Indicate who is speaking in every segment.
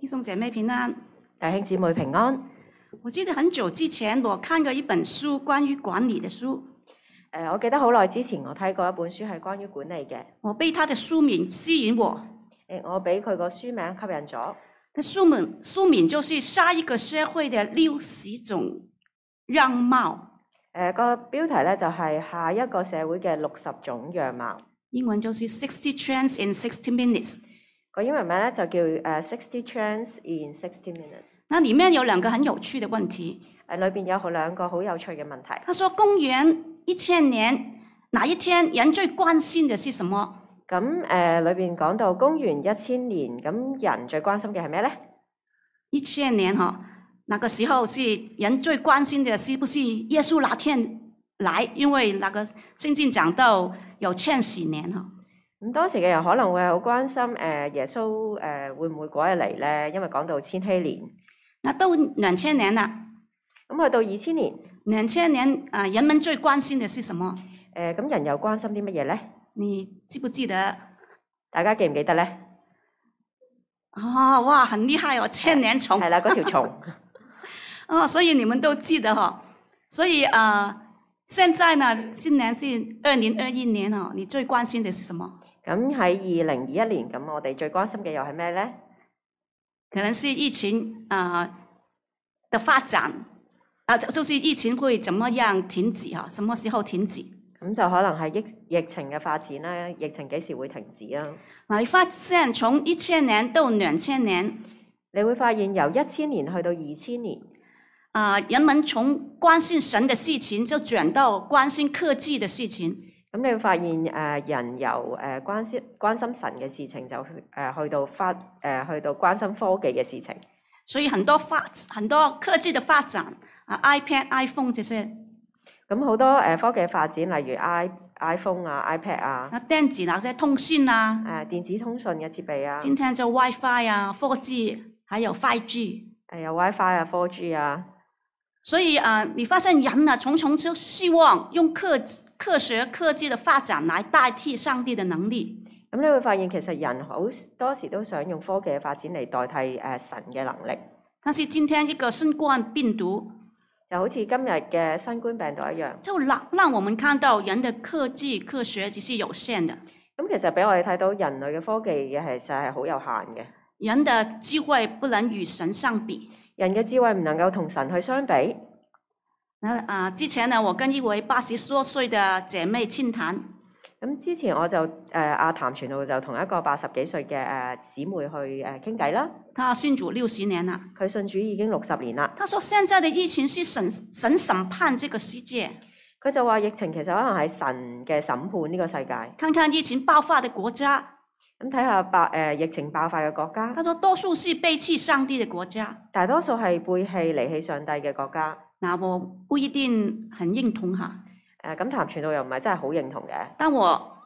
Speaker 1: 弟兄姐妹平安。
Speaker 2: 弟兄姊妹平安。誒、
Speaker 1: 我记得很久之前我看过一本书，关于管理的书，
Speaker 2: 我記得好耐之前我睇過一本書係關於管理嘅。誒、
Speaker 1: 我被它的书名吸引我。
Speaker 2: 我俾佢個書名吸引咗。
Speaker 1: 那书名书名就是下一个社会的六十种样貌，
Speaker 2: 誒、個標題咧就係、下一個社會嘅六十種樣貌。
Speaker 1: 英文就是 Sixty Trends in Sixty Minutes。
Speaker 2: 個英文名咧就叫誒 Sixty Trends in Sixty Minutes。
Speaker 1: 那里面有两个很有趣的问题。
Speaker 2: 誒裏邊有好兩個好有趣嘅問題。
Speaker 1: 他说，公元一千年哪一天人最关心的是什么？
Speaker 2: 咁誒裏邊講到公元一千年，咁人最關心嘅係咩咧？
Speaker 1: 一千年哈，那个时候是人最关心的是不是耶稣哪天来？因为那个圣经讲到有千禧年哈。
Speaker 2: 咁當時嘅人可能會好關心誒、耶穌誒、會唔會嗰日嚟咧？因為講到千禧年，
Speaker 1: 那都两千年了，
Speaker 2: 咁去到二千年，誒、
Speaker 1: 两千年啊、人们最关心的是什么？
Speaker 2: 咁人又關心啲乜嘢咧？
Speaker 1: 你记不记得？
Speaker 2: 大家記唔記得咧？
Speaker 1: 哦，哇，很厉害哦，千年虫
Speaker 2: 係啦，嗰條蟲
Speaker 1: 哦，所以你们都记得哈、哦。所以啊、呃现在呢，今年是二零二一年哦，你最关心的是什么？
Speaker 2: 咁喺二零二一年，咁我哋最關心嘅又係咩咧？
Speaker 1: 可能是疫情啊、呃的发展啊、就是疫情会怎么样停止哈、什么时候停止？
Speaker 2: 咁就可能係疫疫情嘅發展啦，疫情幾時會停止啊？
Speaker 1: 那你发现从一千年到两千年
Speaker 2: 你會發現由一千年去到二千年，
Speaker 1: 啊、呃人们从关心神的事情就转到关心科技的事情。
Speaker 2: 咁你會發現誒、人由誒、關心關心神嘅事情就去誒、去到發誒、去到關心科技嘅事情。
Speaker 1: 所以很多发很多科技的发展啊，iPad、iPhone 这些，
Speaker 2: 咁好多誒、呃科技發展，例如 i iPhone 啊、iPad à. 啊、
Speaker 1: 那电子那些通讯啊
Speaker 2: 誒、，電子通訊嘅設備啊、
Speaker 1: 今
Speaker 2: 誒、
Speaker 1: 天就 WiFi 啊、4G 还有 5G。
Speaker 2: 有 WiFi à, 啊、4G 啊，
Speaker 1: 所以啊、你发现人呢、从从就希望用科科学科技的发展来代替上帝的能力。
Speaker 2: 咁你會發現其實人好多時都想用科技嘅發展嚟代替誒、呃神嘅能力，
Speaker 1: 但是今天一个新冠病毒，
Speaker 2: 就好似今日嘅新冠病毒一樣。
Speaker 1: 就让让我们看到人的科技科学只是有限的，
Speaker 2: 咁其實俾我哋睇到人類嘅科技嘅係就係好有限嘅，
Speaker 1: 人的智慧不能与神相比。
Speaker 2: 人嘅智慧唔能夠同神去相比。
Speaker 1: 那啊、之前呢，我跟一位八十多岁的姐妹倾谈，
Speaker 2: 咁之前我就誒阿、譚傳道就同一個八十幾歲嘅誒姊妹去誒傾偈啦，
Speaker 1: 她信主六十年了。
Speaker 2: 佢信主已經六十年啦。
Speaker 1: 她说现在的疫情是神神审判这个世界，
Speaker 2: 佢就話疫情其實可能係神嘅審判呢個世界。
Speaker 1: 看看疫情爆发的国家，
Speaker 2: 咁睇下爆誒疫情爆發嘅國家，
Speaker 1: 她说多数是背弃上帝的国家。
Speaker 2: 大多數係背棄離棄上帝嘅國家。
Speaker 1: 那我不一定很认同哈，
Speaker 2: 誒呃咁譚傳道又唔係真係好認同嘅。
Speaker 1: 但我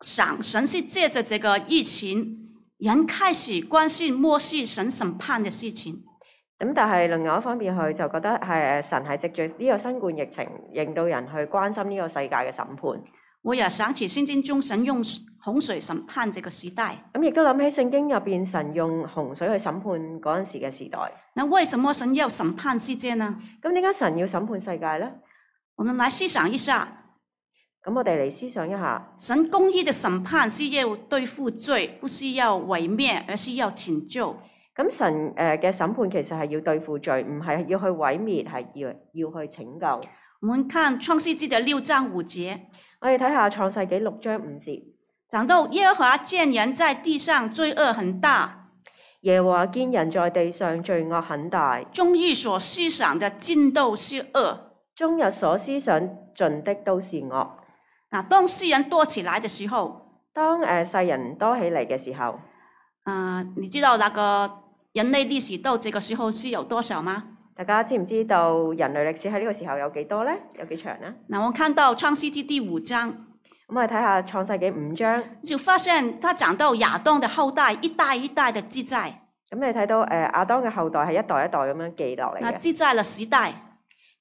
Speaker 1: 想神是借着这个疫情，人开始关心末世神审判的事情。
Speaker 2: 咁但係另外一方面，佢就覺得係誒呃神係藉住呢個新冠疫情，令到人去關心呢個世界嘅審判。
Speaker 1: 我也想起圣经中神用洪水审判这个时代。
Speaker 2: 咁亦都諗起聖經入邊神用洪水去審判嗰陣時嘅時代。
Speaker 1: 那为什么神要审判世界呢？
Speaker 2: 咁點解神要審判世界呢？
Speaker 1: 我们来思想一下，
Speaker 2: 咁我哋嚟思想一下，
Speaker 1: 神公义的审判是要对付罪，不是要毁灭，而是要拯救。
Speaker 2: 咁神誒嘅審判其實係要對付罪，唔係要去毀滅，係要要去拯救。
Speaker 1: 我们看创世纪的六章五节，
Speaker 2: 我哋睇下創世紀六章五節，
Speaker 1: 讲到耶和华见人在地上罪恶很大，
Speaker 2: 耶和華見人在地上罪惡很大，
Speaker 1: 终日所思想的尽都是恶。
Speaker 2: 終日所思想盡的都是惡。
Speaker 1: 那当世人多起来的时候，
Speaker 2: 當誒、呃世人多起嚟嘅時候，
Speaker 1: 啊、你知道那个人类历史到这个时候是有多少吗？
Speaker 2: 大家知唔知道人類歷史喺呢個時候有幾多呢？有幾長呢？
Speaker 1: 那我们看到创世纪第五章，
Speaker 2: 咁我哋睇下創世紀五章，
Speaker 1: 就发现他讲到亚当的后代一代一代的记载，
Speaker 2: 咁你睇到誒、亞當嘅後代係一代一代咁樣記落嚟
Speaker 1: 那
Speaker 2: 嘅，
Speaker 1: 记载了十代，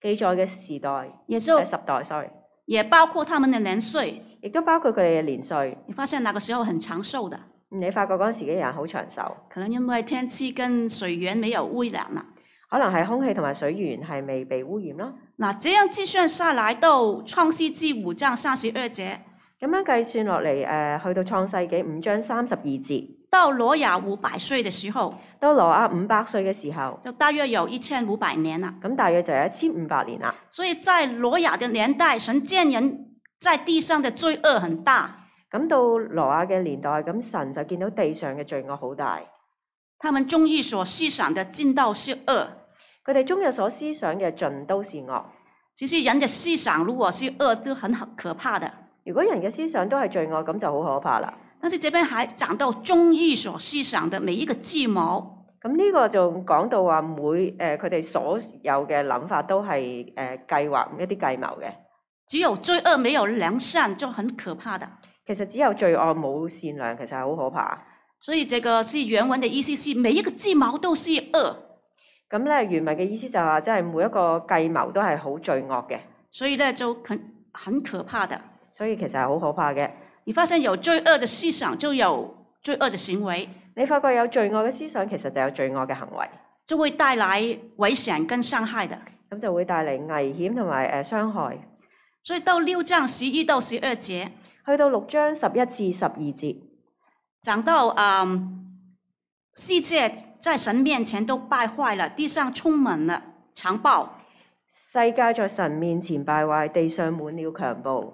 Speaker 2: 記載嘅時代
Speaker 1: 也就
Speaker 2: 係十代，sorry，
Speaker 1: 也包括他们的年岁。
Speaker 2: 亦都包括佢哋嘅年歲。
Speaker 1: 你发现那个时候很长寿的，
Speaker 2: 你發覺嗰陣時嘅人好長壽，
Speaker 1: 可能因为天气跟水源没有污染了。
Speaker 2: 可能係空氣同埋水源係未被污染啦。
Speaker 1: 那这样计算下来到创世纪五章三十二节，
Speaker 2: 咁樣計算落嚟，誒、呃去到創世紀五章三十二節，
Speaker 1: 到挪亚五百歲的時候，
Speaker 2: 到羅亞五百歲嘅時候，
Speaker 1: 就大約有一千五百年了。
Speaker 2: 咁大約就有一千五百年啦。
Speaker 1: 所以在挪亚的年代，神见人在地上的罪恶很大，
Speaker 2: 咁到羅亞嘅年代，咁神就見到地上嘅罪惡好大，
Speaker 1: 他們忠意所思想的尽到是恶。
Speaker 2: 佢哋終日所思想嘅盡都是惡。
Speaker 1: 其实人的思想如果是恶，都很可怕的。
Speaker 2: 如果人嘅思想都係罪惡，咁就好可怕啦。
Speaker 1: 但是这边还讲到忠意所思想的每一个计谋，
Speaker 2: 咁呢個就講到話每誒佢哋所有嘅諗法都係誒、呃、計劃一啲計謀嘅。
Speaker 1: 只有罪恶没有良善，就很可怕的。
Speaker 2: 其實只有罪惡冇善良，其實係好可怕。
Speaker 1: 所以这个是原文的意思是每一个计谋都是恶，
Speaker 2: 咁咧原文嘅意思就係話，即係每一個計謀都係好罪惡嘅，
Speaker 1: 所以呢就很很可怕的。
Speaker 2: 所以其實係好可怕嘅。
Speaker 1: 你发现有罪恶的思想，就有罪恶的行为，
Speaker 2: 你發覺有罪惡嘅思想，其實就有罪惡嘅行為，
Speaker 1: 就会带来危险跟伤害的。
Speaker 2: 咁就會帶嚟危險同埋誒傷害。
Speaker 1: 所以到六章十一到十二节
Speaker 2: 去到六章十一至十二節，
Speaker 1: 讲到啊、嗯世界在神面前都败坏了，地上充满了强暴。
Speaker 2: 世界在神面前敗壞，地上滿了強暴。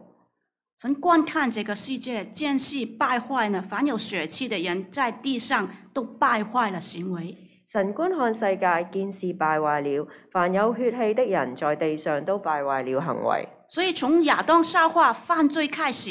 Speaker 1: 神观看这个世界，见是败坏呢，凡有血气的人在地上都败坏了行为。
Speaker 2: 神觀看世界，見事敗壞了，凡有血氣的人在地上都敗壞了行為。
Speaker 1: 所以从亚当夏娃犯罪开始，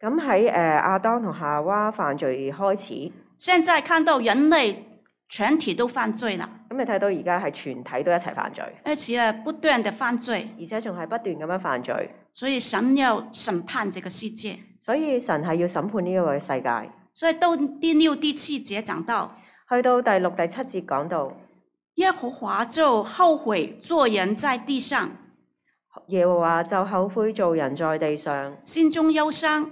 Speaker 2: 咁喺誒亞當同夏娃犯罪開始，咁
Speaker 1: 现在看到人类全体都犯罪了，
Speaker 2: 你睇到而家係全體都一齊犯罪，
Speaker 1: 而且呢不断的犯罪，
Speaker 2: 而且仲係不斷咁樣犯罪，
Speaker 1: 所以神要审判这个世界。
Speaker 2: 所以神係要審判呢一個世界。
Speaker 1: 所以到第六、第七节讲到，
Speaker 2: 去到第六、第七節講到
Speaker 1: 耶和华就后悔做人在地上，
Speaker 2: 耶和華就後悔做人在地上，
Speaker 1: 心中忧伤。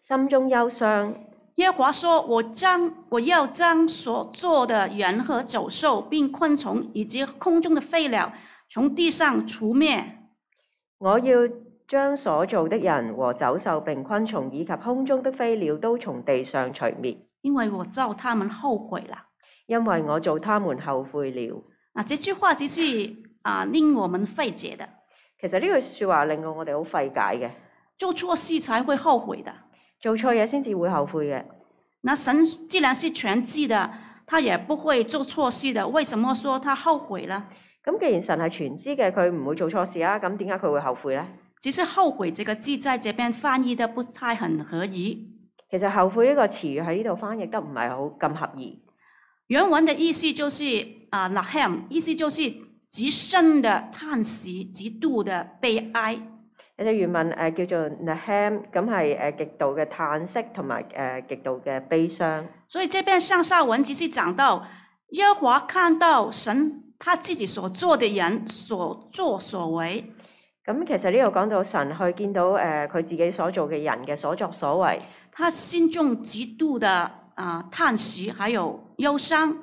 Speaker 2: 心中憂傷。
Speaker 1: 耶和华说：“我将我要将所做的人和走兽，并昆虫以及空中的飞鸟，从地上除灭。
Speaker 2: 我要將所做的人和走獸並昆蟲以及空中的飛鳥都從地上除滅，
Speaker 1: 因为我叫他们后悔了。
Speaker 2: 因為我做他們後悔了。
Speaker 1: 啊，这句话只是啊令我们费解的，
Speaker 2: 其實呢句说話令到我哋好費解嘅，
Speaker 1: 做错事才会后悔的。
Speaker 2: 做錯嘢先至會後悔嘅。
Speaker 1: 那神既然是全知的，他也不会做错事的，为什么说他后悔呢？
Speaker 2: 咁既然神係全知嘅，佢唔會做錯事啊，咁點解佢會後悔呢？
Speaker 1: 只是“后悔”这个字在这边翻译的不太很合宜。
Speaker 2: 其實後悔呢個詞語喺呢度翻譯得唔係好咁合意。
Speaker 1: 原文的意思就是啊 l a h a m 意思就是极深的叹息、极度的悲哀。
Speaker 2: 有隻原文誒、呃叫做 nahem，咁係誒極度嘅嘆息同埋誒極度嘅悲傷。
Speaker 1: 所以这边上下文只是讲到耶和华看到神他自己所做的人所作所为，
Speaker 2: 咁其實呢度講到神去見到誒呃佢、自己所做嘅人嘅所作所為，誒、
Speaker 1: 他心中极度的啊、叹息，还有忧伤。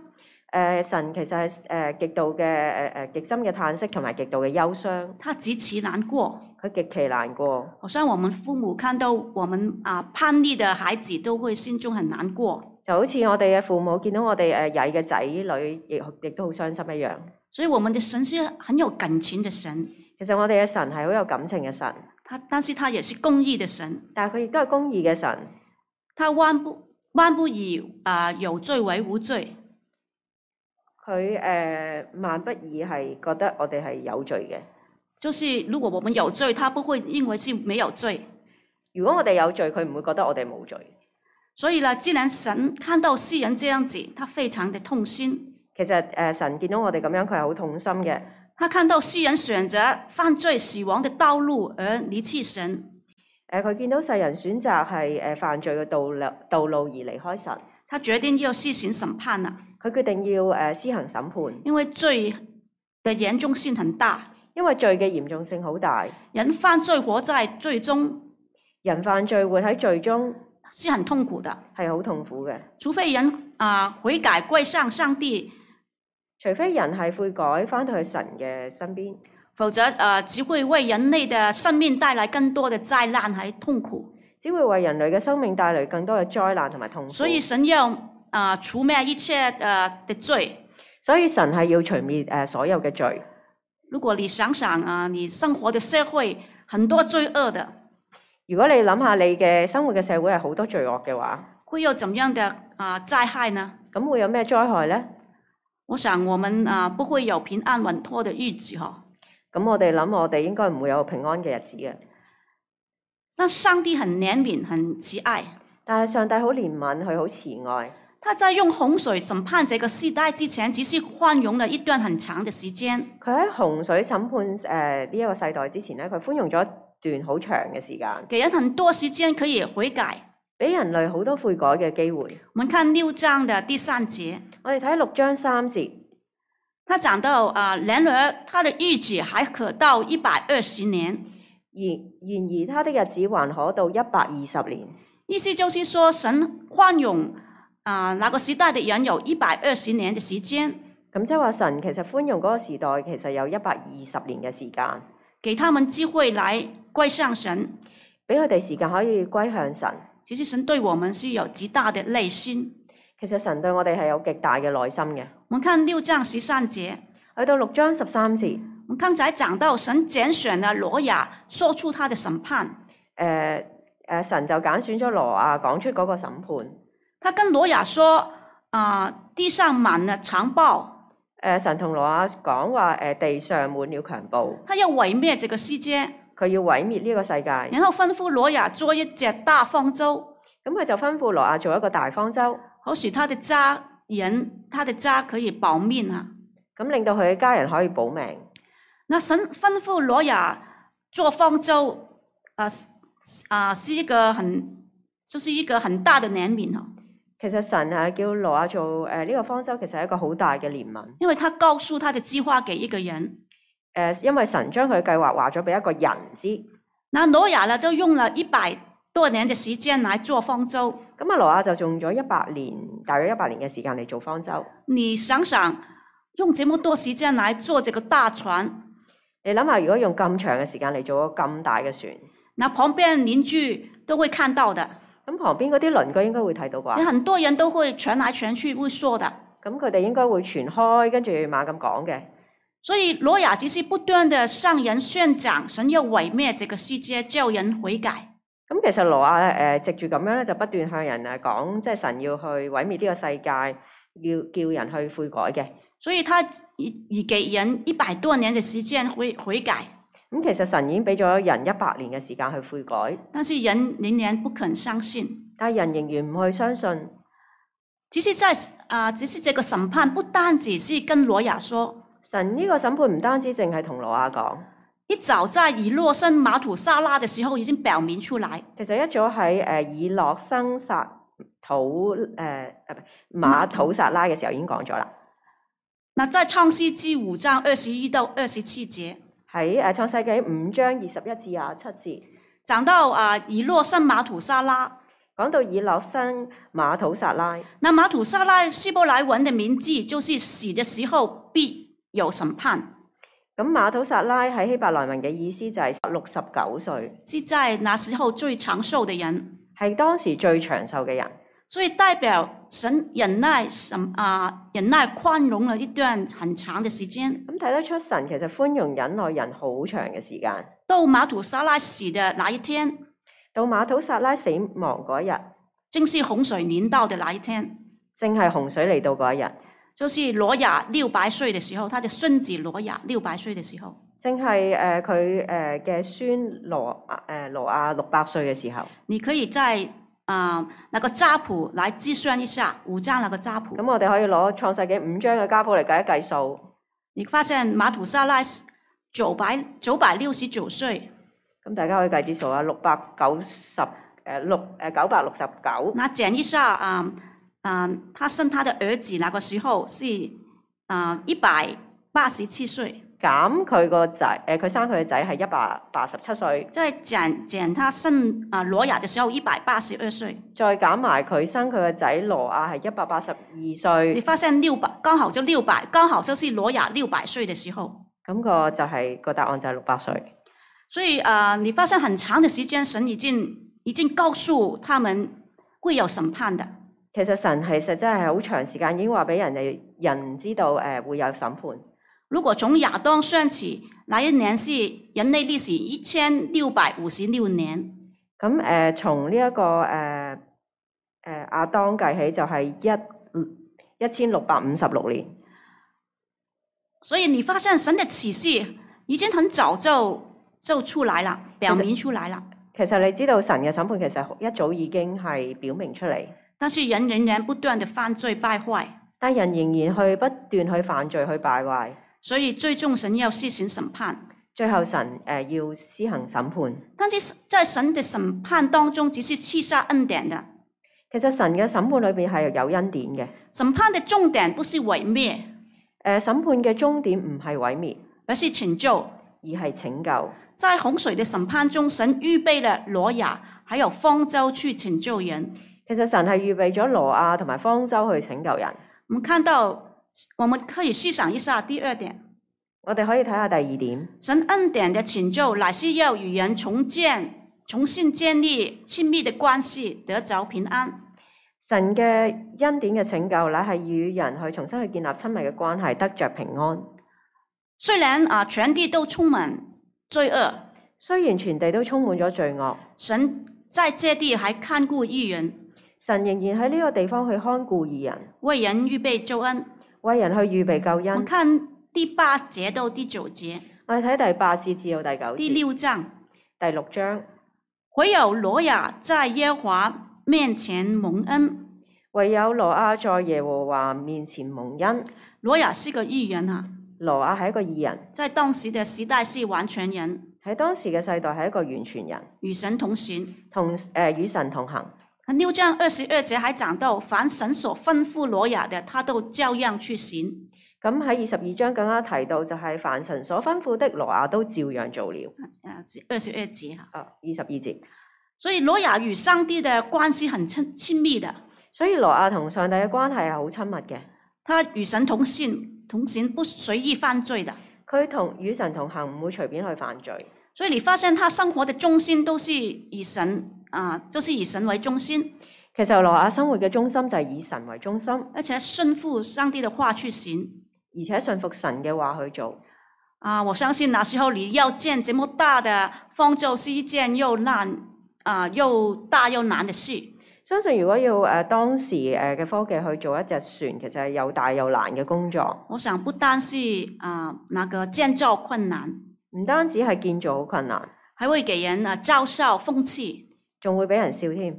Speaker 2: 呃神其實係誒、極度嘅誒誒極深嘅嘆息同埋極度嘅憂傷，
Speaker 1: 他极其难过，
Speaker 2: 佢極其難過。
Speaker 1: 好像我们父母看到我们啊叛逆的孩子，都会心中很难过。
Speaker 2: 就好似我哋嘅父母見到我哋誒曳嘅仔女，亦亦都好傷心一樣。
Speaker 1: 所以我们的神是很有感情的神，
Speaker 2: 其實我哋嘅神係好有感情嘅神，
Speaker 1: 他但是他也是公义的神，
Speaker 2: 但係佢亦都係公義嘅神，
Speaker 1: 他万不万不以啊、有罪为无罪，
Speaker 2: 佢誒、呃萬不以係覺得我哋係有罪嘅。
Speaker 1: 就是如果我们有罪，他不会认为是没有罪。
Speaker 2: 如果我哋有罪，佢唔會覺得我哋冇罪。
Speaker 1: 所以呢，既然神看到世人这样子，他非常的痛心。
Speaker 2: 其實誒、呃神見到我哋咁樣，佢係好痛心嘅。
Speaker 1: 他看到世人选择犯罪死亡的道路而离弃神，
Speaker 2: 誒佢見到世人選擇係誒犯罪嘅道路道路而離開神，
Speaker 1: 他决定要施行审判啊了，
Speaker 2: 佢決定要誒施行審判，
Speaker 1: 因为罪的严重性很大，
Speaker 2: 因為罪嘅嚴重性好大，
Speaker 1: 人犯罪活在罪中，
Speaker 2: 人犯罪活喺罪中，
Speaker 1: 是很痛苦的。
Speaker 2: 係好痛苦嘅。
Speaker 1: 除非人啊、悔改归向上帝，
Speaker 2: 除非人係悔改，翻到去神嘅身邊，
Speaker 1: 否则呃只会为人类的生命带来更多的灾难还痛苦。
Speaker 2: 只會為人類嘅生命帶嚟更多嘅災難同埋痛苦。
Speaker 1: 所以神要啊、呃除灭一切呃的罪。
Speaker 2: 所以神係要除滅誒所有嘅罪。
Speaker 1: 如果你想想啊、你生活的社会很多罪恶的，
Speaker 2: 如果你諗下你嘅生活嘅社會係好多罪惡嘅話，
Speaker 1: 会有怎样的啊、呃灾害呢？
Speaker 2: 咁會有咩災害呢？
Speaker 1: 我想我们啊、呃不会有平安稳妥的日子哈、
Speaker 2: 咁我哋諗，我哋應該唔會有平安嘅日子嘅。
Speaker 1: 但上帝很怜悯，很慈爱。
Speaker 2: 但係上帝好憐憫，佢好慈愛。
Speaker 1: 他在用洪水审判这个世代之前，只是宽容了一段很长的时间。
Speaker 2: 佢喺洪水審判誒呃呢一個世代之前咧，佢寬容咗一段好長嘅時間，
Speaker 1: 给人很多時間可以悔改。
Speaker 2: 俾人類好多悔改嘅機會。
Speaker 1: 我们看六章的第三节，
Speaker 2: 我哋睇六章三節，
Speaker 1: 他讲到啊、呃然而他的日子还可到一百二十年，
Speaker 2: 然然而他的日子還可到一百二十年，
Speaker 1: 意思就是说神宽容啊、呃那個時代的人有一百二十年的時間，
Speaker 2: 咁即係話神其實寬容嗰個時代其實有一百二十年嘅時間，
Speaker 1: 给他们机會來歸向神。
Speaker 2: 俾佢哋時間可以歸向神。
Speaker 1: 其實神對我們是有極大的耐心。
Speaker 2: 其實神對我哋係有極大嘅耐心嘅。
Speaker 1: 我們看六章十三节。
Speaker 2: 去到六章十三節，誒、
Speaker 1: 我们刚才讲到，神拣选了罗亚，说出他的审判。
Speaker 2: 誒、呃神就揀選咗羅亞講出嗰個審判。誒、
Speaker 1: 他跟罗亚说：“啊、地上满了强暴，
Speaker 2: 呃神同羅亞講話誒，地上滿了強暴，
Speaker 1: 他要毁灭这个世界。
Speaker 2: 佢要毀滅呢個世界。
Speaker 1: 然后吩咐罗亚做一只大方舟，
Speaker 2: 咁佢就吩咐羅亞做一個大方舟，
Speaker 1: 好使他的家人、他的家可以保命啊。
Speaker 2: 咁令到佢嘅家人可以保命。
Speaker 1: 那神吩咐罗亚做方舟，啊、啊、是一个很，就是一个很大的怜悯啊，
Speaker 2: 其實神啊叫羅亞做誒呢個方舟，其實係一個好大嘅憐憫。誒、
Speaker 1: 因为他告诉他的计划给一个人。
Speaker 2: 因為神將佢嘅計劃話咗俾一個人知。
Speaker 1: 那挪亚呢，就用了一百多年的時間來做方舟。
Speaker 2: 咁啊，羅亞就用咗一百年，大約一百年嘅時間嚟做方舟。
Speaker 1: 你想想，用這麼多時間來做這個大船，
Speaker 2: 你諗下，如果用咁長嘅時間嚟做個咁大嘅船，
Speaker 1: 那旁邊鄰居都會看到的，
Speaker 2: 咁旁邊嗰啲鄰居應該會睇到
Speaker 1: 有
Speaker 2: 啩？
Speaker 1: 很多人都會傳來傳去會說的。
Speaker 2: 咁佢哋應該會傳開，跟住猛咁講嘅。
Speaker 1: 所以挪亞只是不斷的向人宣講神要毀滅這個世界，叫人悔改。
Speaker 2: 咁其實羅亞誒藉住咁樣咧，就不斷向人誒呃講，即係神要去毀滅呢個世界，要叫人去悔改嘅。
Speaker 1: 所以他已已給人一百多年的時間悔悔改，
Speaker 2: 咁其實神已經俾咗人一百年嘅時間去悔改，
Speaker 1: 但是人仍然不肯相信。
Speaker 2: 但係人仍然唔去相信。
Speaker 1: 只是在啊、只是这个审判不单只是跟罗亚说，
Speaker 2: 神呢個審判唔單止淨係同羅亞講，
Speaker 1: 一早在以诺生马土撒拉的時候已經表明出來，
Speaker 2: 其實一早喺誒以諾生殺土誒啊唔係馬土撒拉嘅時候已經講咗啦。
Speaker 1: 那在创世纪五章二十一到二十七節
Speaker 2: 喺誒創世紀五章二十一至廿七節，
Speaker 1: 講到啊、以诺生马土撒拉，
Speaker 2: 講到以諾生馬土撒拉，
Speaker 1: 那马土撒拉希伯来文的名字就是死的時候必有審判，
Speaker 2: 咁馬土撒拉喺希伯來文嘅意思就係六十九歲，
Speaker 1: 是在那時候最長壽的人，
Speaker 2: 係當時最長壽嘅人，
Speaker 1: 所以代表神忍耐什啊、忍耐宽容了一段很長的時間。
Speaker 2: 咁睇得出神其實寬容忍耐人好長嘅時間。
Speaker 1: 到马土沙拉死的那一天，
Speaker 2: 到馬土撒拉死亡嗰一日，
Speaker 1: 正是洪水年到的那一天，
Speaker 2: 正係洪水嚟到嗰一日，
Speaker 1: 就是罗亚六百岁的時候，他的孙子罗亚六百歲的時候，
Speaker 2: 正係誒佢誒嘅孫羅誒、呃、羅亞六百歲嘅時候。
Speaker 1: 你可以在啊、呃那個家譜來計算一下五章那個家譜，
Speaker 2: 咁我哋可以攞創世紀五章嘅家譜嚟計一計數。
Speaker 1: 你發現马土沙拉九百九百六十九歲，
Speaker 2: 咁大家可以計啲數啊，六百九十誒六誒九百六十九。
Speaker 1: 那講一下啊啊、呃呃他生他的兒子那個時候是啊一百八十七歲，
Speaker 2: 減佢個仔呃誒，佢生佢個仔係一百八十七歲，
Speaker 1: 在讲讲他生啊挪亚的时候，一百八十二岁，
Speaker 2: 再減埋佢生佢個仔羅亞係一百八十二
Speaker 1: 你
Speaker 2: 歲，
Speaker 1: 发现六百刚好就六百，刚好就是挪亚六百岁的时候，
Speaker 2: 咁、個就係、個答案就係六百歲。
Speaker 1: 所以啊、呃你发现很长的时间，神已经已经告诉他们会有审判的。
Speaker 2: 其實神其實真係好長時間已經話俾人哋人知道誒、呃、會有審判。
Speaker 1: 如果从亚当算起，那一年是人类历史一千六百五十六年，
Speaker 2: 咁誒、呃，從呢、一呃個誒誒亞當計起就係一一千六百五十六年。
Speaker 1: 所以你发现神的启示已经很早就就出来了，表明出来了。
Speaker 2: 其實你知道神嘅審判其實一早已經係表明出嚟，
Speaker 1: 但是人仍然不断的犯罪败坏，
Speaker 2: 但人仍然去不斷去犯罪去敗壞，
Speaker 1: 所以最终神要施行审判。
Speaker 2: 最後神誒、呃要施行審判。
Speaker 1: 但是在神的审判当中，只是刺杀恩典的。
Speaker 2: 其實神嘅審判裏邊係有恩典嘅。誒、
Speaker 1: 审判的重点不是毁灭，
Speaker 2: 呃、審判嘅終點唔係毀滅，
Speaker 1: 而是拯救。
Speaker 2: 而係拯救。
Speaker 1: 在洪水的审判中，神预备了挪亚还有方舟去拯救人。
Speaker 2: 其實神係預備咗羅亞同埋方舟去拯救人。
Speaker 1: 我们看到，我们可以思想一下第二点，
Speaker 2: 我哋可以睇下第二點。
Speaker 1: 神恩典的拯救乃是要与人重建、重新建立亲密的关系，得着平安。
Speaker 2: 神嘅恩典嘅拯救，乃係與人去重新去建立親密嘅關係，得着平安。
Speaker 1: 虽然啊，全地都充满罪恶，
Speaker 2: 雖然全地都充滿咗罪惡，
Speaker 1: 神在这地还看顾一人，
Speaker 2: 神仍然喺呢個地方去看顧義人，
Speaker 1: 为人预备救恩。
Speaker 2: 為人去預備救
Speaker 1: 我们
Speaker 2: 恩。
Speaker 1: 看第八节到第九节，
Speaker 2: 我哋睇第八節至到第九節，
Speaker 1: 第六章，
Speaker 2: 第六章，
Speaker 1: 唯有挪亚在耶和华面前蒙恩。
Speaker 2: 唯有羅亞在耶和華面前蒙恩。
Speaker 1: 挪亚是个异人啊，
Speaker 2: 羅亞係一個義人，
Speaker 1: 在当时的时代是完全人。
Speaker 2: 喺當時嘅世代係一個完全人，
Speaker 1: 与神同行。
Speaker 2: 同誒、呃、與神同行。
Speaker 1: 六章二十二节还讲到，凡神所吩咐挪亚的，他都照样去行。
Speaker 2: 咁喺二十二章更加提到，就係凡神所吩咐的，羅亞都照樣做了。
Speaker 1: 呃，二十二节哈。
Speaker 2: 啊，二十二節。
Speaker 1: 所以挪亚与上帝的关系很亲亲密的，
Speaker 2: 所以羅亞同上帝嘅關係係好親密嘅，
Speaker 1: 他与神同行，同行不随意犯罪的。
Speaker 2: 佢同與神同行，唔會隨便去犯罪。
Speaker 1: 所以你发现他生活的中心都是以神啊、就是以神为中心，
Speaker 2: 其實羅亞生活嘅中心就係以神為中心，而
Speaker 1: 而且顺服上帝的话去行。
Speaker 2: 且信服神嘅話去做。
Speaker 1: 啊、我相信那时候你要建这么大的方舟是一件又难啊、又大又难的事。
Speaker 2: 相信如果要誒、呃、當時誒嘅科技去做一隻船，其實係又大又難嘅工作，
Speaker 1: 我想不单是啊、那个建造困难，
Speaker 2: 唔單止係建造好困難，
Speaker 1: 还会给人啊、嘲笑讽刺，
Speaker 2: 仲會俾人笑添。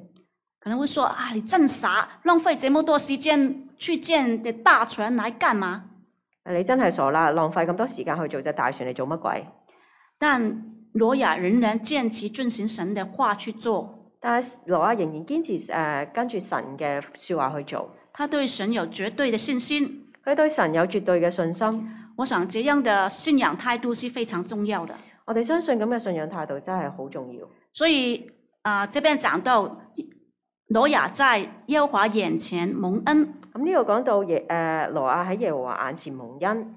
Speaker 1: 可能会说啊你真傻，浪费这么多时间去建的大船来干嘛？
Speaker 2: 你真係傻啦，浪費咁多時間去做隻大船，你做乜鬼？
Speaker 1: 但挪亚仍然坚持遵循神的话去做，
Speaker 2: 但係羅亞仍然堅持誒、呃跟住神嘅説話去做，
Speaker 1: 他对神有绝对的信心。
Speaker 2: 佢對神有絕對嘅信心。
Speaker 1: 我想这样的信仰态度是非常重要的。
Speaker 2: 我哋相信咁嘅信仰態度真係好重要。
Speaker 1: 所以啊、这边讲到挪亚在耶和华眼前蒙恩，
Speaker 2: 咁呢度講到耶誒、呃、羅亞喺耶和華眼前蒙恩，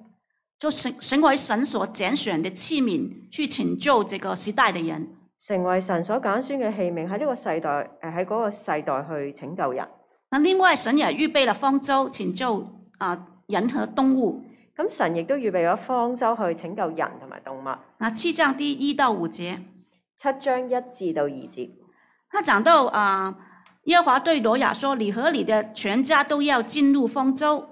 Speaker 1: 就成成为神所拣选的器皿，去拯救这个时代的人。
Speaker 2: 成為神所揀選嘅器皿，喺呢個世代誒喺嗰個世代去拯救人。
Speaker 1: 那另外，神也预备了方舟，拯救啊人和动物。
Speaker 2: 咁神亦都預備咗方舟去拯救人同埋動物。
Speaker 1: 那七章第一到五节，
Speaker 2: 七章一至到二節，
Speaker 1: 他讲到啊，耶和华对挪亚说：“你和你的全家都要进入方舟，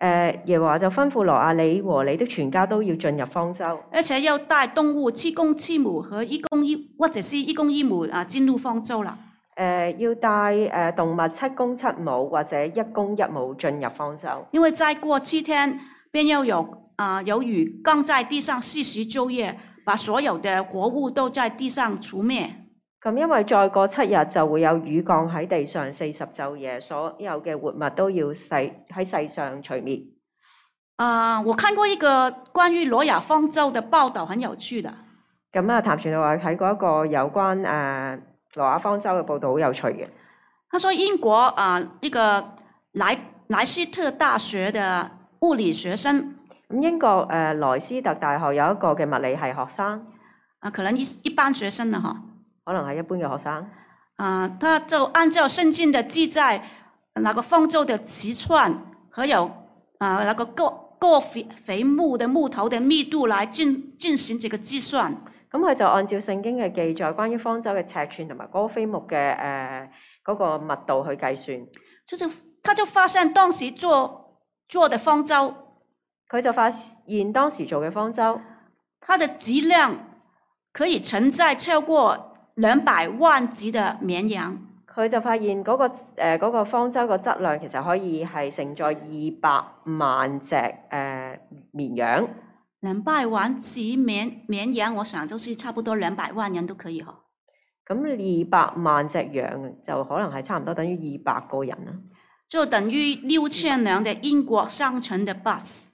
Speaker 2: 誒、耶和華就吩咐羅亞，你和你的全家都要進入方舟，
Speaker 1: 而且要带动物七公七母和一公一或者是一公一母啊进入方舟了。
Speaker 2: 誒、要帶誒、呃、動物七公七母或者一公一母進入方舟，
Speaker 1: 因为再过七天便要有啊、有雨降在地上四十昼夜，把所有的活物都在地上除灭。
Speaker 2: 咁因為再過七日就會有雨降喺地上四十晝夜，所有嘅活物都要世喺世上除滅。
Speaker 1: 啊、我看过一个关于罗亚方舟的报道，很有趣的。
Speaker 2: 咁啊，譚傳道話睇過一個有關誒、呃、羅亞方舟嘅報導，好有趣嘅。
Speaker 1: 他说英国啊、一个莱莱斯特大学的物理学生
Speaker 2: 咁英國誒、呃、萊斯特大學有一個嘅物理系學生，
Speaker 1: 啊、可能一一般學生了哈
Speaker 2: 可能係一般嘅學生，
Speaker 1: 啊、他就按照圣经的记载，那个方舟的瓷串和有啊、那个过过肥肥木的木头的密度来进进行这个计算。
Speaker 2: 咁佢就按照聖經嘅記載，關於方舟嘅尺寸同埋嗰個飛木嘅誒嗰個密度去計算。
Speaker 1: 就是他就发现当时做做的方舟，
Speaker 2: 佢就發現當時做嘅方舟，
Speaker 1: 它的质量可以承载超过两百万只的绵羊。
Speaker 2: 佢就發現嗰、個呃誒嗰、個方舟個質量其實可以係承載二百萬隻誒、呃、綿羊。
Speaker 1: 两百万只绵绵羊，我想就是差不多两百万人都可以哈。
Speaker 2: 咁二百萬隻羊就可能係差唔多等於二百個人啦。
Speaker 1: 就等于六千辆的英国商城的 bus。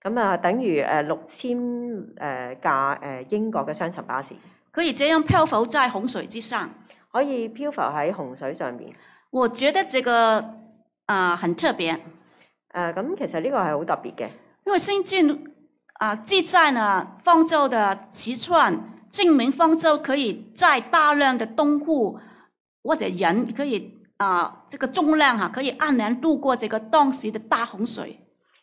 Speaker 2: 咁啊，等於誒六千誒架誒英國嘅雙層巴士，
Speaker 1: 可以这样漂浮在洪水之上。
Speaker 2: 可以漂浮喺洪水上面。誒、
Speaker 1: 我觉得这个啊、很特别，
Speaker 2: 呃咁其實呢個係好特別嘅，
Speaker 1: 因为新晋啊记载呢方舟的瓷串，证明方舟可以载大量的动物或者人，可以啊、这个重量哈、啊可以安然度过这个当时的大洪水。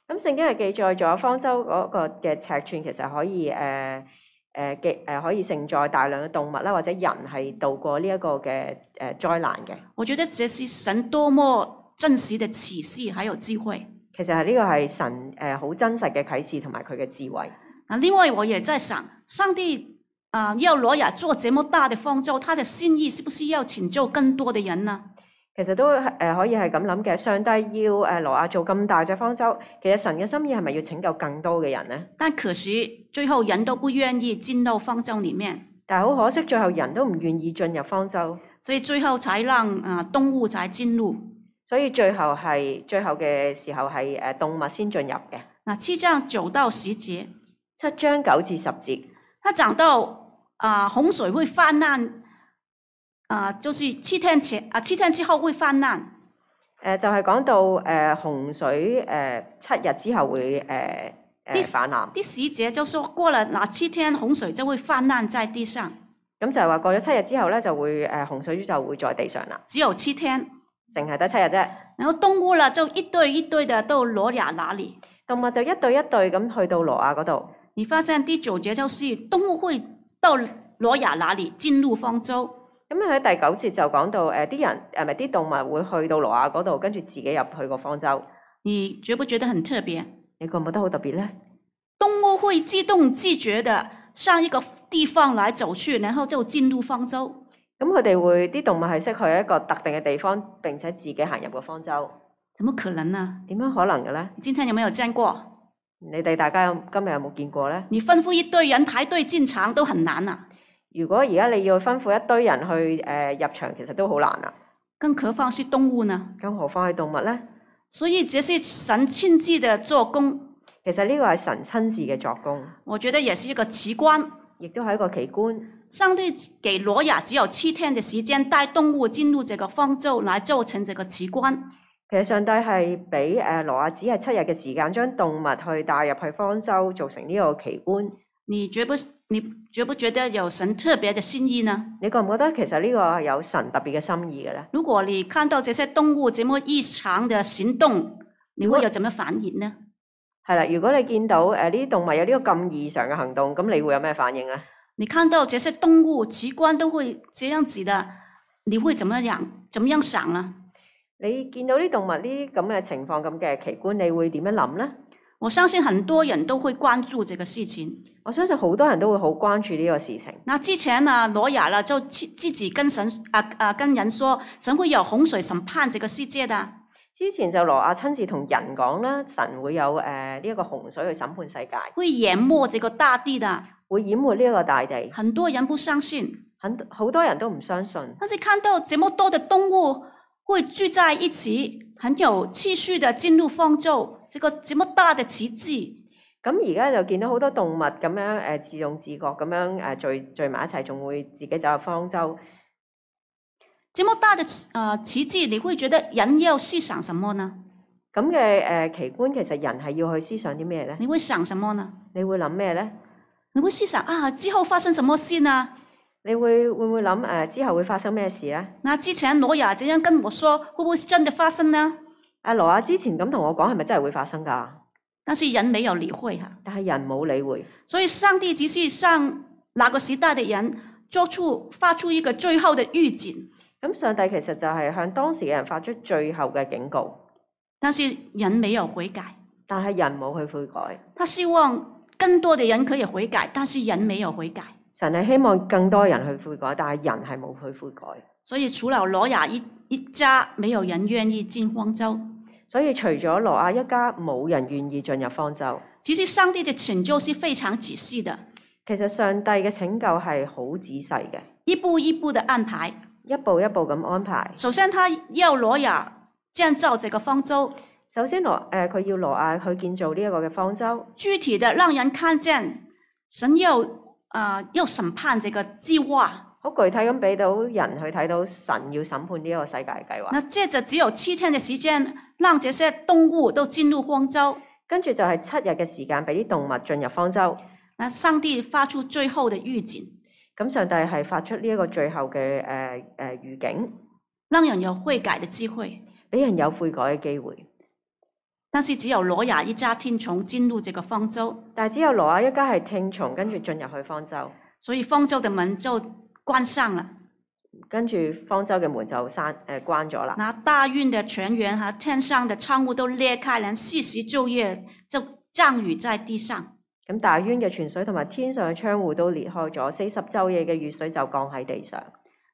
Speaker 2: 咁聖經係記載咗方舟嗰個嘅尺寸其實可以呃誒誒記誒呃可以承載大量嘅動物啦，或者人係渡過呢一個嘅誒災難嘅。
Speaker 1: 我觉得这是神多么真实的启示，还有智慧。
Speaker 2: 其實係呢個係神誒好、真實嘅啟示同埋佢嘅智慧。
Speaker 1: 啊，另外我也在想，上帝啊、要罗亚做这么大的方舟，他的心意是不是要拯救更多的人呢？
Speaker 2: 其實都誒、呃可以係咁諗嘅，上帝要誒、呃、羅亞做咁大隻方舟，其實神嘅心意係咪要拯救更多嘅人呢？
Speaker 1: 但可惜最后人都不愿意进到方舟里面，
Speaker 2: 但係好可惜，最後人都唔願意進入方舟，
Speaker 1: 所以最后才让啊、动物才进入。
Speaker 2: 所以最後係最後嘅時候係誒、呃、動物先進入嘅。
Speaker 1: 那啊七章九到十节，
Speaker 2: 七章九至十節，
Speaker 1: 他讲到啊、洪水会泛滥，啊、就是七天前啊、七天之后会泛滥。
Speaker 2: 誒、就係、講到誒、呃洪水誒、呃七日之後會誒
Speaker 1: 呢
Speaker 2: 誒泛濫，
Speaker 1: 第十节就说过了哪七天洪水就会泛滥在地上，
Speaker 2: 咁就係話過咗七日之後咧就會誒、呃洪水就會在地上啦，
Speaker 1: 只有七天。
Speaker 2: 淨係得七日啫。
Speaker 1: 然后动物了就一堆一堆的到挪亚那里。
Speaker 2: 動物就一對一對咁去到羅亞嗰度。
Speaker 1: 你发现第九节就是动物会到挪亚那里进入方舟，
Speaker 2: 咁喺第九節就講到誒啲、人呃誒咪啲動物會去到羅亞嗰度，跟住自己入去個方舟，
Speaker 1: 你觉不觉得很特别？
Speaker 2: 你覺唔覺得好特別呢？
Speaker 1: 动物会自动自觉的向一个地方来走去，然后就进入方舟。
Speaker 2: 咁佢哋會啲動物係識去一個特定嘅地方，並且自己行入個方舟，
Speaker 1: 怎么可能呢？
Speaker 2: 點樣可能嘅呢？
Speaker 1: 你今天有没有见过？
Speaker 2: 你哋大家有今日有冇見過呢？
Speaker 1: 你吩咐一堆人排队进场都很难啊，
Speaker 2: 如果而家你要吩咐一堆人去誒、呃入場，其實都好難啦。
Speaker 1: 更何况是动物呢？
Speaker 2: 更何況係動物呢？
Speaker 1: 所以这是神亲自的做工，
Speaker 2: 其實呢個係神親自嘅作工，
Speaker 1: 我觉得也是一个奇观。
Speaker 2: 亦都係一個奇觀。
Speaker 1: 上帝给挪亚只有七天的时间带动物进入这个方舟，来做成这个奇观。
Speaker 2: 其實上帝係俾誒羅亞只係七日嘅時間，將動物去帶入去方舟，做成呢個奇觀。
Speaker 1: 你觉不你觉不觉得有神特别的心意呢？
Speaker 2: 你覺唔覺得其實呢個係有神特別嘅心意嘅咧？
Speaker 1: 如果你看到这些动物这么异常的行动，你会有怎么反应呢？
Speaker 2: 係啦，如果你見到呃誒呢啲動物有呢個咁異常嘅行動，咁你會有咩反應啊？
Speaker 1: 你看到这些动物奇观都会这样子的，你会怎么样怎么样想呢？
Speaker 2: 你見到呢動物呢啲咁嘅情況咁嘅奇觀，你會點樣諗呢？
Speaker 1: 我相信很多人都会关注这个事情。
Speaker 2: 我相信好多人都會好關注呢個事情。
Speaker 1: 那之前呢，挪亚呢就自自己跟神啊啊跟人说，神会有洪水审判这个世界的。
Speaker 2: 之前就羅亞親自同人講啦，神會有誒呢一個洪水去審判世界，
Speaker 1: 会淹没这个大地的。
Speaker 2: 會淹沒呢一個大地。
Speaker 1: 很多人不相信，
Speaker 2: 很好多人都唔相信，
Speaker 1: 但是看到这么多的动物会聚在一起，很有气数的进入方舟，这个这么大的奇迹。
Speaker 2: 咁而家就見到好多動物咁樣誒、呃自動自覺咁樣誒聚聚埋一齊，仲會自己走入方舟。
Speaker 1: 这么大的呃奇迹，你会觉得人要思想什么呢？
Speaker 2: 咁嘅誒奇觀，其實人係要去思想啲咩咧？
Speaker 1: 你会想什么呢？
Speaker 2: 你會諗咩咧？
Speaker 1: 你会思想啊，之后发生什么事呢？
Speaker 2: 你會會唔會諗誒、呃之後會發生咩事咧？
Speaker 1: 那之前挪亚这样跟我说，会不会是真的发生呢？
Speaker 2: 阿羅亞之前咁同我講係咪真係會發生㗎？
Speaker 1: 但是人没有理会哈、
Speaker 2: 但係人冇理會，
Speaker 1: 所以上帝只是向那个时代的人做出发出一个最后的预警，
Speaker 2: 咁上帝其實就係向當時嘅人發出最後嘅警告，
Speaker 1: 但是人没有悔改。
Speaker 2: 但係人冇去悔改。
Speaker 1: 他希望更多的人可以悔改，但是人没有悔改。
Speaker 2: 神係希望更多人去悔改，但係人係冇去悔改。
Speaker 1: 所以除了挪亚一一家，没有人愿意进方舟。
Speaker 2: 所以除咗羅亞一家，冇人願意進入方舟。
Speaker 1: 其实上帝的拯救是非常仔细的，
Speaker 2: 其實上帝嘅拯救係好仔細嘅，
Speaker 1: 一步一步的安排。
Speaker 2: 一步一步咁安排。
Speaker 1: 首先，他要挪亚建造这个方舟，
Speaker 2: 首先羅誒佢要羅亞去建造呢一個嘅方舟，
Speaker 1: 具体的让人看见神要啊、呃要审判这个计划。
Speaker 2: 好具體咁俾到人去睇到神要審判呢一個世界嘅計劃。
Speaker 1: 那接着只有七天的时间，让这些动物都进入方舟。
Speaker 2: 跟住就係七日嘅時間俾啲動物進入方舟。
Speaker 1: 那上帝发出最后的预警，
Speaker 2: 咁上帝係發出呢一個最後嘅誒誒預警，
Speaker 1: 让人有悔改的机会。
Speaker 2: 俾人有悔改嘅機會。
Speaker 1: 但是只有挪亚一家听从进入这个方舟，
Speaker 2: 但係只有羅亞一家係聽從，跟住進入去方舟，
Speaker 1: 所以方舟的门就关上了。
Speaker 2: 跟住方舟嘅門就閂誒、呃、關咗啦。
Speaker 1: 那大运的船员和天上的窗户都裂开了，四十昼夜就降雨在地上。
Speaker 2: 咁大淵嘅泉水同埋天上嘅窗戶都裂開咗，四十晝夜嘅雨水就降喺地上。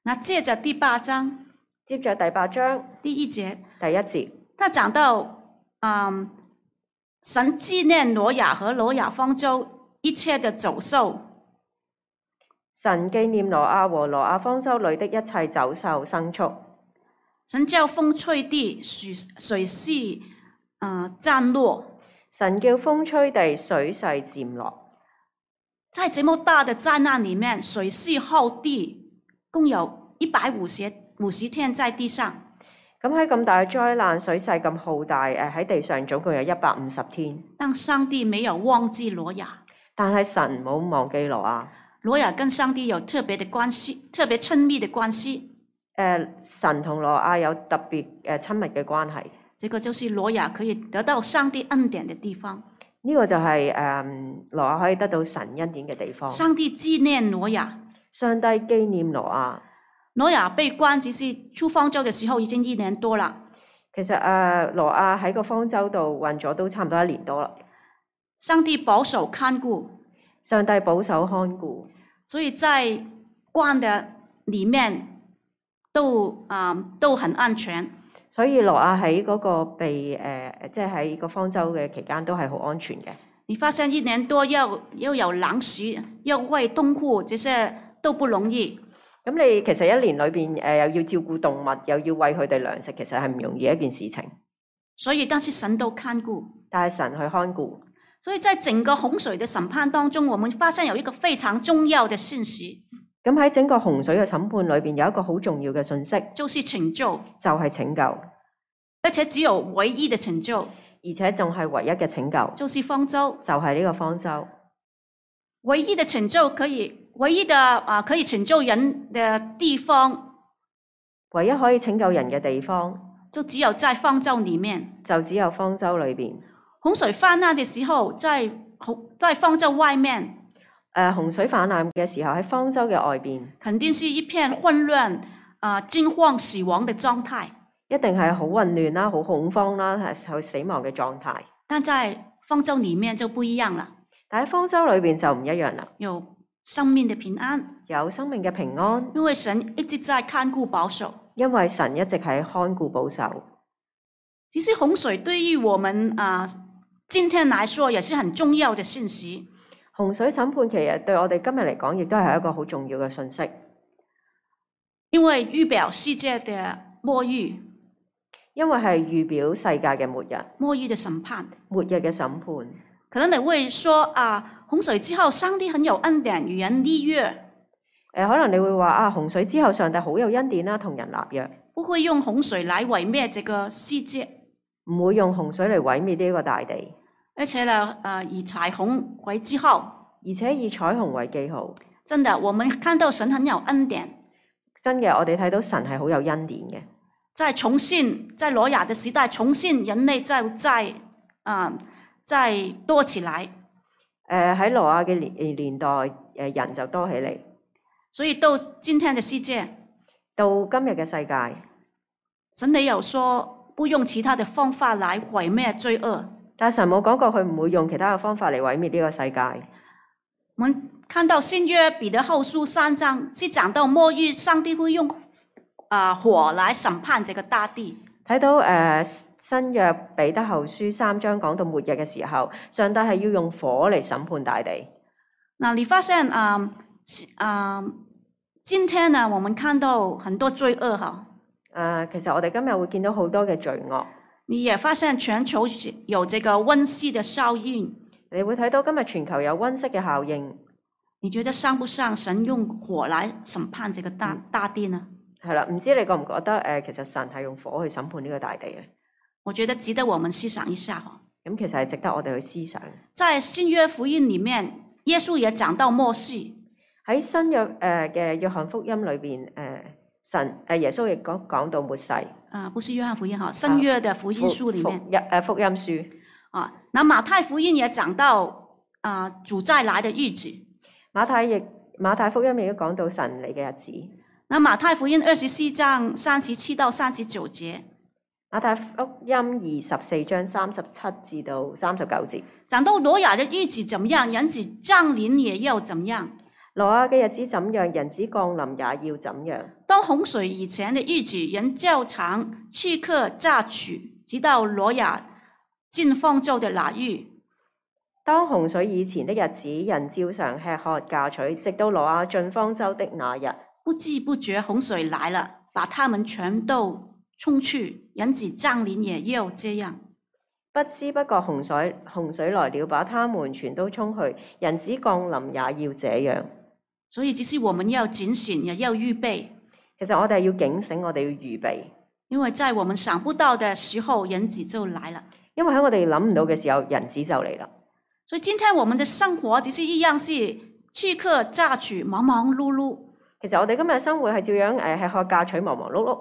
Speaker 1: 那接着第八章
Speaker 2: 接着第八章
Speaker 1: 第一节，
Speaker 2: 第一節，
Speaker 1: 他讲到，嗯，神纪念挪亚和挪亚方舟一切的走兽，
Speaker 2: 神紀念羅亞和羅亞方舟裏的一切走獸牲畜，
Speaker 1: 神叫风吹地，水水势，呃，降落。
Speaker 2: 神叫風吹地，水勢漸落。
Speaker 1: 在这么大的灾难里面，水势浩地，共有一百五十五十天在地上。
Speaker 2: 咁喺咁大嘅災難，水勢咁浩大，誒喺地上總共有一百五十天，
Speaker 1: 但上帝没有忘记挪亚，
Speaker 2: 但係神冇忘記羅亞。
Speaker 1: 挪亚跟上帝有特别的关系，特别亲密的关系。
Speaker 2: 誒、呃神同羅亞有特別誒親密嘅關係，
Speaker 1: 这个就是挪亚可以得到上帝恩典的地方。
Speaker 2: 呢、個就係、誒羅亞可以得到神恩典嘅地方。
Speaker 1: 上帝纪念挪亚，
Speaker 2: 上帝紀念羅亞，
Speaker 1: 挪亞被關，只是出方舟的時候已經一年多了。
Speaker 2: 其實誒、呃、羅亞喺個方舟度混咗都差唔多一年多啦。
Speaker 1: 上帝保守看顧，
Speaker 2: 上帝保守看顧，
Speaker 1: 所以在關的裡面都啊、都很安全。
Speaker 2: 所以羅亞喺嗰個被誒、呃即係喺個方舟嘅期間都係好安全嘅。
Speaker 1: 你發現一年多要又有粮食，要喂动物，這些都不容易。
Speaker 2: 咁你其實一年裏邊誒又要照顧動物，又要餵佢哋糧食，其實係唔容易一件事情。
Speaker 1: 所以，但是神都看顧。
Speaker 2: 但係神去看顧，
Speaker 1: 所以在整個洪水的審判當中，我們發現有一個非常重要的信息，
Speaker 2: 咁喺整個洪水嘅審判裏邊有一個好重要嘅信息，
Speaker 1: 就是拯救，
Speaker 2: 就係、拯救，而
Speaker 1: 而且只有唯一的拯救，
Speaker 2: 且仲係唯一嘅拯救，
Speaker 1: 就是方舟。
Speaker 2: 就係、呢個方舟。
Speaker 1: 唯一的拯救可以，唯一的啊可以拯救人的地方，
Speaker 2: 唯一可以拯救人嘅地方，
Speaker 1: 就只有在方舟里面。
Speaker 2: 就只有方舟裏邊。誒、
Speaker 1: 洪水泛滥的时候，在洪在方舟外面，
Speaker 2: 呃洪水泛濫嘅時候喺方舟嘅外邊，
Speaker 1: 肯定是一片混乱、啊、惊慌、死亡的状态。
Speaker 2: 一定係好混亂啦、好恐慌啦、係有死亡嘅狀態。
Speaker 1: 但在方舟里面就不一樣了，
Speaker 2: 但喺方舟裏邊就唔一樣啦，
Speaker 1: 有生命的平安，
Speaker 2: 有生命嘅平安，
Speaker 1: 因為神一直在看顾保守。
Speaker 2: 因為神一直喺看顧保守。
Speaker 1: 其实洪水对于我们啊今天来说也是很重要的信息。
Speaker 2: 洪水審判其實對我哋今日嚟講，亦都係一個好重要嘅信息，
Speaker 1: 因为预表世界的末日，
Speaker 2: 因為係預表世界嘅末日，
Speaker 1: 末日的审判。
Speaker 2: 末日嘅審判。
Speaker 1: 可能你会说啊，洪水之后，上帝很有恩典，与人立约，
Speaker 2: 誒、可能你會話啊，洪水之後上帝好有恩典啦，同人立約，
Speaker 1: 不会用洪水来毁灭这个世界，
Speaker 2: 唔會用洪水嚟毀滅呢一個大地，
Speaker 1: 而且呢，呃，以彩虹为记号。
Speaker 2: 而且以彩虹為記號。
Speaker 1: 真的，我们看到神很有恩典，
Speaker 2: 真嘅，我哋睇到神係好有恩典嘅。
Speaker 1: 在重新在挪亚的时代，重新人类再再啊再多起来，
Speaker 2: 誒呃喺挪亞嘅年年代，誒、人就多起嚟，
Speaker 1: 所以到今天的世界，
Speaker 2: 到今日嘅世界，
Speaker 1: 神没有说不用其他的方法来毁灭罪恶。
Speaker 2: 但神冇講過佢唔會用其他嘅方法嚟毀滅呢個世界。
Speaker 1: 我们看到新约彼得后书三章是讲到末日，上帝会用啊、火来审判这个大地。
Speaker 2: 睇到誒、呃新約彼得後書三章講到末日嘅時候，上帝係要用火嚟審判大地。
Speaker 1: 那你发现啊是啊，今天呢，我们看到很多罪恶哈，
Speaker 2: 誒、呃其實我哋今日會見到好多嘅罪惡，
Speaker 1: 你也发现全球有这个温室的效应。
Speaker 2: 你會睇到今日全球有温室嘅效應，
Speaker 1: 你觉得上不上神用火来审判这个大大地呢？
Speaker 2: 係啦。唔知你覺唔覺得誒、呃其實神係用火去審判呢個大地嘅？
Speaker 1: 我觉得值得我们思想一下哈。
Speaker 2: 咁其實係值得我哋去思想。
Speaker 1: 在新约福音里面，耶稣也讲到末世，
Speaker 2: 喺新約誒嘅約翰福音裏邊，誒、神誒、耶穌亦講講到末世
Speaker 1: 啊、不是约翰福音哈，新约的福音书里
Speaker 2: 福
Speaker 1: 面
Speaker 2: 一誒福音書，
Speaker 1: 啊。那马太福音也讲到啊、主再来的日子。
Speaker 2: 馬太亦馬太福音亦都講到神嚟嘅日子。
Speaker 1: 那马太福音二十四章三十七到三十九节
Speaker 2: 馬太福音二十四章三十七至到三十九節，
Speaker 1: 讲到挪亚的日子怎么样，人子降临也要怎么样。
Speaker 2: 挪亞嘅日子怎樣，人子降臨也要怎樣。
Speaker 1: 当洪水以前的日子，人照常去客榨取，直到挪亚进方舟的那日。
Speaker 2: 當洪水以前的日子，人照常吃喝嫁娶，直到挪亞進方舟的那日，
Speaker 1: 不知不觉洪水来了，把他们全都冲去。人子降临也要这样。
Speaker 2: 不知不覺洪水洪水來了，把他們全都沖去。人子降臨也要這樣。
Speaker 1: 所以，只是我们要警醒，也要预备，
Speaker 2: 其實我哋要警醒，我哋要預備，
Speaker 1: 因为在我们想不到的时候，人子就来了。
Speaker 2: 因為喺我哋諗唔到嘅時候，人子就嚟啦。
Speaker 1: 所以，今天我们的生活只是一样是去客榨取，忙忙碌碌，
Speaker 2: 其實我哋今日生活係照樣誒吃喝嫁娶，忙忙碌碌，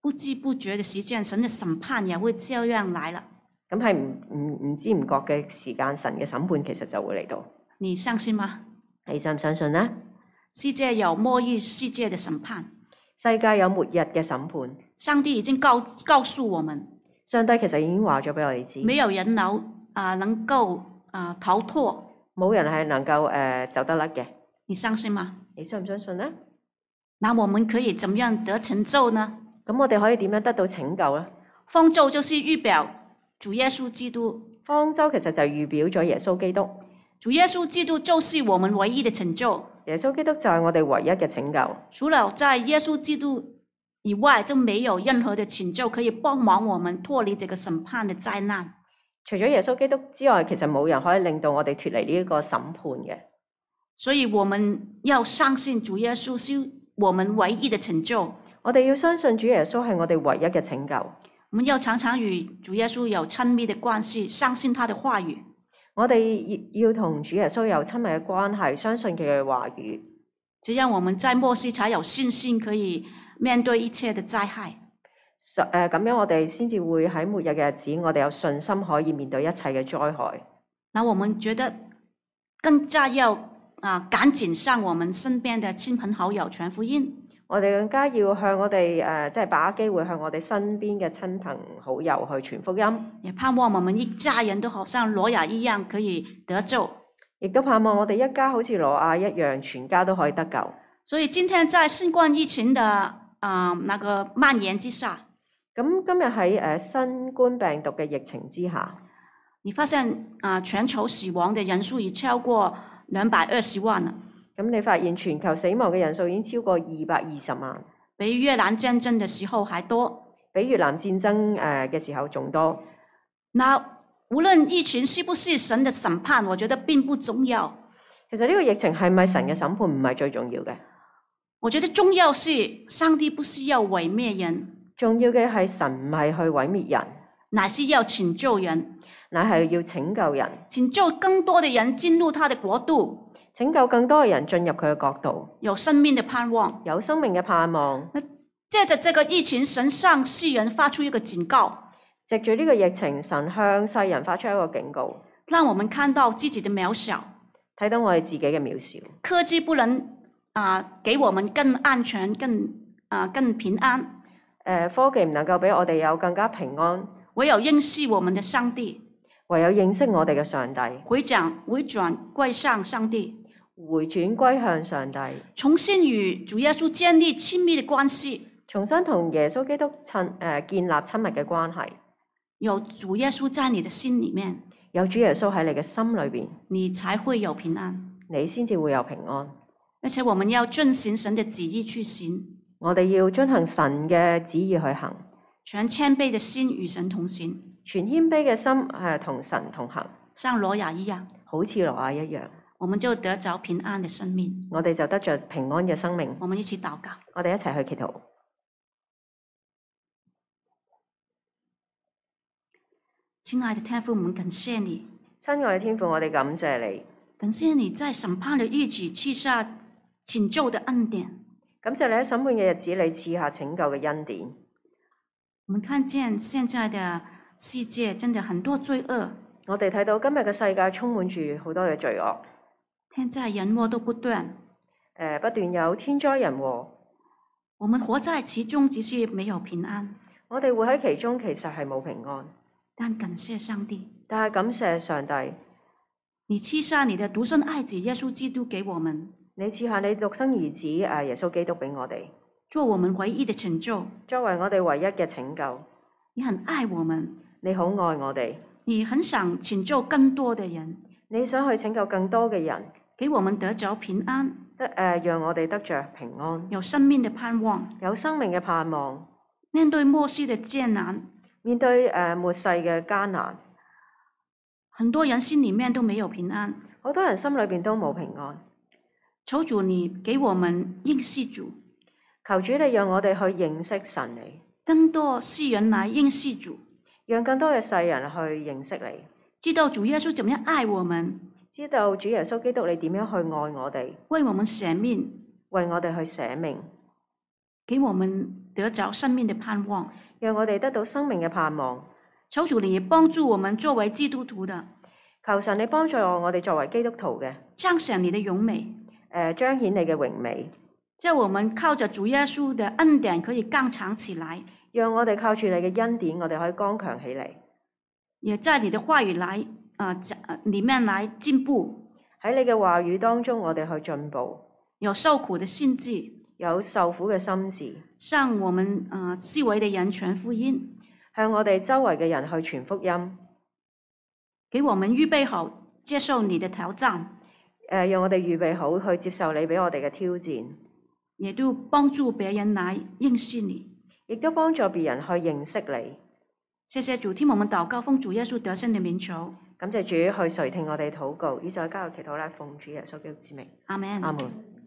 Speaker 1: 不知不觉的时间，神的审判也会照样来了。
Speaker 2: 咁係唔唔唔知唔覺嘅時間，神嘅審判其實就會嚟到。
Speaker 1: 你相信吗？
Speaker 2: 你相唔相信呢？
Speaker 1: 世界有末日世界的审判，
Speaker 2: 世界有末日嘅審判，
Speaker 1: 上帝已经告告诉我们，
Speaker 2: 上帝其實已經話咗俾我哋知，
Speaker 1: 没有人能啊、能够啊、逃脱，
Speaker 2: 冇人係能夠誒、呃走得甩嘅。
Speaker 1: 你相信吗？
Speaker 2: 你相唔相信呢？
Speaker 1: 那我们可以怎么样得成就呢？
Speaker 2: 咁我哋可以點樣得到拯救呢？
Speaker 1: 方舟就是预表主耶稣基督，
Speaker 2: 方舟其實就預表咗耶穌基督，
Speaker 1: 主耶稣基督就是我们唯一的成就。
Speaker 2: 耶穌基督就係我哋唯一嘅拯救。
Speaker 1: 除了在耶稣基督以外，就没有任何的拯救可以帮忙我们脱离这个审判的灾难。
Speaker 2: 除咗耶穌基督之外，其實冇人可以令到我哋脱離呢一個審判嘅。
Speaker 1: 所以我们要相信主耶稣是我们唯一的成就。
Speaker 2: 我哋要相信主耶穌係我哋唯一嘅拯救。
Speaker 1: 我们要常常与主耶稣有亲密的关系，相信他的话语。
Speaker 2: 我哋要要同主耶穌有親密嘅關係，相信佢嘅話語，
Speaker 1: 这样我们在末世才有信心，可以面对一切的灾害。
Speaker 2: 誒呃咁、樣我哋先至會喺末日嘅日子，我哋有信心可以面對一切嘅災害。
Speaker 1: 那我们觉得更加要啊，赶紧向我们身边的亲朋好友传福音。
Speaker 2: 我哋更加要向我哋誒、呃即係把握機會向我哋身邊嘅親朋好友去傳福音，
Speaker 1: 也盼望我们一家人都好像罗雅一样可以得救。
Speaker 2: 亦都盼望我哋一家好似羅亞一樣，全家都可以得救。
Speaker 1: 所以今天在新冠疫情的啊、那个蔓延之下，
Speaker 2: 咁今日喺誒新冠病毒嘅疫情之下，
Speaker 1: 你发现啊、全球死亡的人数已超过两百二十万了，
Speaker 2: 咁你發現全球死亡嘅人數已經超過二百二十萬，
Speaker 1: 比越南战争的时候还多。
Speaker 2: 比越南戰爭誒嘅時候仲多。
Speaker 1: 那无论疫情是不是神的审判，我觉得并不重要。
Speaker 2: 其實呢個疫情係咪神嘅審判唔係最重要嘅，
Speaker 1: 我觉得重要是上帝不是要毁灭人，
Speaker 2: 重要嘅係神唔係去毀滅人，
Speaker 1: 乃是要拯救人，
Speaker 2: 乃係要拯救人，
Speaker 1: 拯救更多的人进入他的国度，
Speaker 2: 拯救更多嘅人進入佢嘅國度，
Speaker 1: 有生命的盼望。
Speaker 2: 有生命嘅盼望。
Speaker 1: 借着这个疫情，神向世人发出一个警告，
Speaker 2: 藉住呢個疫情，神向世人發出一個警告，
Speaker 1: 让我们看到自己的渺小。
Speaker 2: 睇到我哋自己嘅渺小。
Speaker 1: 科技不能啊、给我们更安全、更啊、更平安，
Speaker 2: 誒科技唔能夠俾我哋有更加平安，
Speaker 1: 唯有认识我们的上帝，
Speaker 2: 唯有認識我哋嘅上帝，
Speaker 1: 回转回转归向上帝，
Speaker 2: 回轉歸向上帝，
Speaker 1: 重新与主耶稣建立亲密的关系。
Speaker 2: 重新同耶穌基督親誒建立親密嘅關係。
Speaker 1: 有主耶稣在你的心里面，
Speaker 2: 有主耶穌喺你嘅心裏邊，
Speaker 1: 你才会有平安。
Speaker 2: 你先至會有平安。
Speaker 1: 而且我们要遵行神的旨意去行，
Speaker 2: 我哋要遵行神嘅旨意去行，
Speaker 1: 全谦卑的心与神同行，
Speaker 2: 全謙卑嘅心誒同神同行，
Speaker 1: 像挪亚一样，
Speaker 2: 好似羅亞一樣，
Speaker 1: 我们就得着平安的生命。
Speaker 2: 我哋就得着平安嘅生命。
Speaker 1: 我们一起祷告。
Speaker 2: 我哋一齊去祈禱。
Speaker 1: 亲爱的天父，我们感谢你，
Speaker 2: 親愛嘅天父，我哋感謝你，
Speaker 1: 感谢你在审判的日子赐下拯救的恩典。
Speaker 2: 感謝你喺審判嘅日子，你賜下拯救嘅恩典。
Speaker 1: 我们看见现在的世界真的很多罪恶，
Speaker 2: 我哋睇到今日嘅世界充滿住好多嘅罪惡，誒、
Speaker 1: 天灾人祸都不断，
Speaker 2: 呃不斷有天災人禍，
Speaker 1: 我们活在其中只是没有平安。
Speaker 2: 我哋活喺其中，其實係冇平安。
Speaker 1: 但感谢上帝，
Speaker 2: 但係感謝上帝，
Speaker 1: 你赐下你的独生爱子耶稣基督给我们，
Speaker 2: 你賜下你獨生兒子誒耶穌基督俾我哋，
Speaker 1: 做我们唯一的拯救。
Speaker 2: 作為我哋唯一嘅拯救。
Speaker 1: 你很爱我们，
Speaker 2: 你好愛我哋，
Speaker 1: 你很想拯救更多的人，
Speaker 2: 你想去拯救更多嘅人，
Speaker 1: 给我们得着平安，
Speaker 2: 得誒、讓我哋得着平安，
Speaker 1: 有生命的盼望。
Speaker 2: 有生命嘅盼望。
Speaker 1: 面对末世的艰难，
Speaker 2: 面對誒、呃末世嘅艱難，
Speaker 1: 很多人心里面都没有平安。
Speaker 2: 好多人心裏邊都冇平安。
Speaker 1: 求主你给我们认识主，
Speaker 2: 求主你讓我哋去認識神你，
Speaker 1: 更多世人来认识主，
Speaker 2: 讓更多嘅世人去認識你。
Speaker 1: 知道主耶稣怎么样爱我们，
Speaker 2: 知道主耶穌基督你點樣去愛我哋，
Speaker 1: 为我们舍命，
Speaker 2: 為我哋去捨命，
Speaker 1: 给我们得着生命的盼望。
Speaker 2: 讓我哋得到生命嘅盼望。
Speaker 1: 求主你也帮助我们作为基督徒的，
Speaker 2: 求神你幫助我，我哋作為基督徒嘅，誒、呃
Speaker 1: 彰显你的勇美，
Speaker 2: 彰顯你嘅榮美，
Speaker 1: 叫我们靠着主耶稣的恩典可以刚强起来，
Speaker 2: 讓我哋靠住你嘅恩典，我哋可以剛強起嚟，
Speaker 1: 也在你的话语来啊、呃呃里面来进步。
Speaker 2: 喺你嘅話語當中，我哋去進步，
Speaker 1: 有受苦的心智，
Speaker 2: 有受苦嘅心智，
Speaker 1: 向我们啊、呃思维的人传福音。
Speaker 2: 向我哋周圍嘅人去傳福音，誒、
Speaker 1: 给我们预备好接受你的挑战，
Speaker 2: 呃，讓我哋預備好去接受你俾我哋嘅挑戰，
Speaker 1: 也都帮助别人来认识你。
Speaker 2: 亦都幫助別人去認識你。
Speaker 1: 谢谢主，听我们祷告，奉主耶稣得胜的名求，
Speaker 2: 感謝主去垂聽我哋禱告，以上交嘅祈禱咧，奉主耶穌基督之名，
Speaker 1: 阿门。
Speaker 2: 阿門。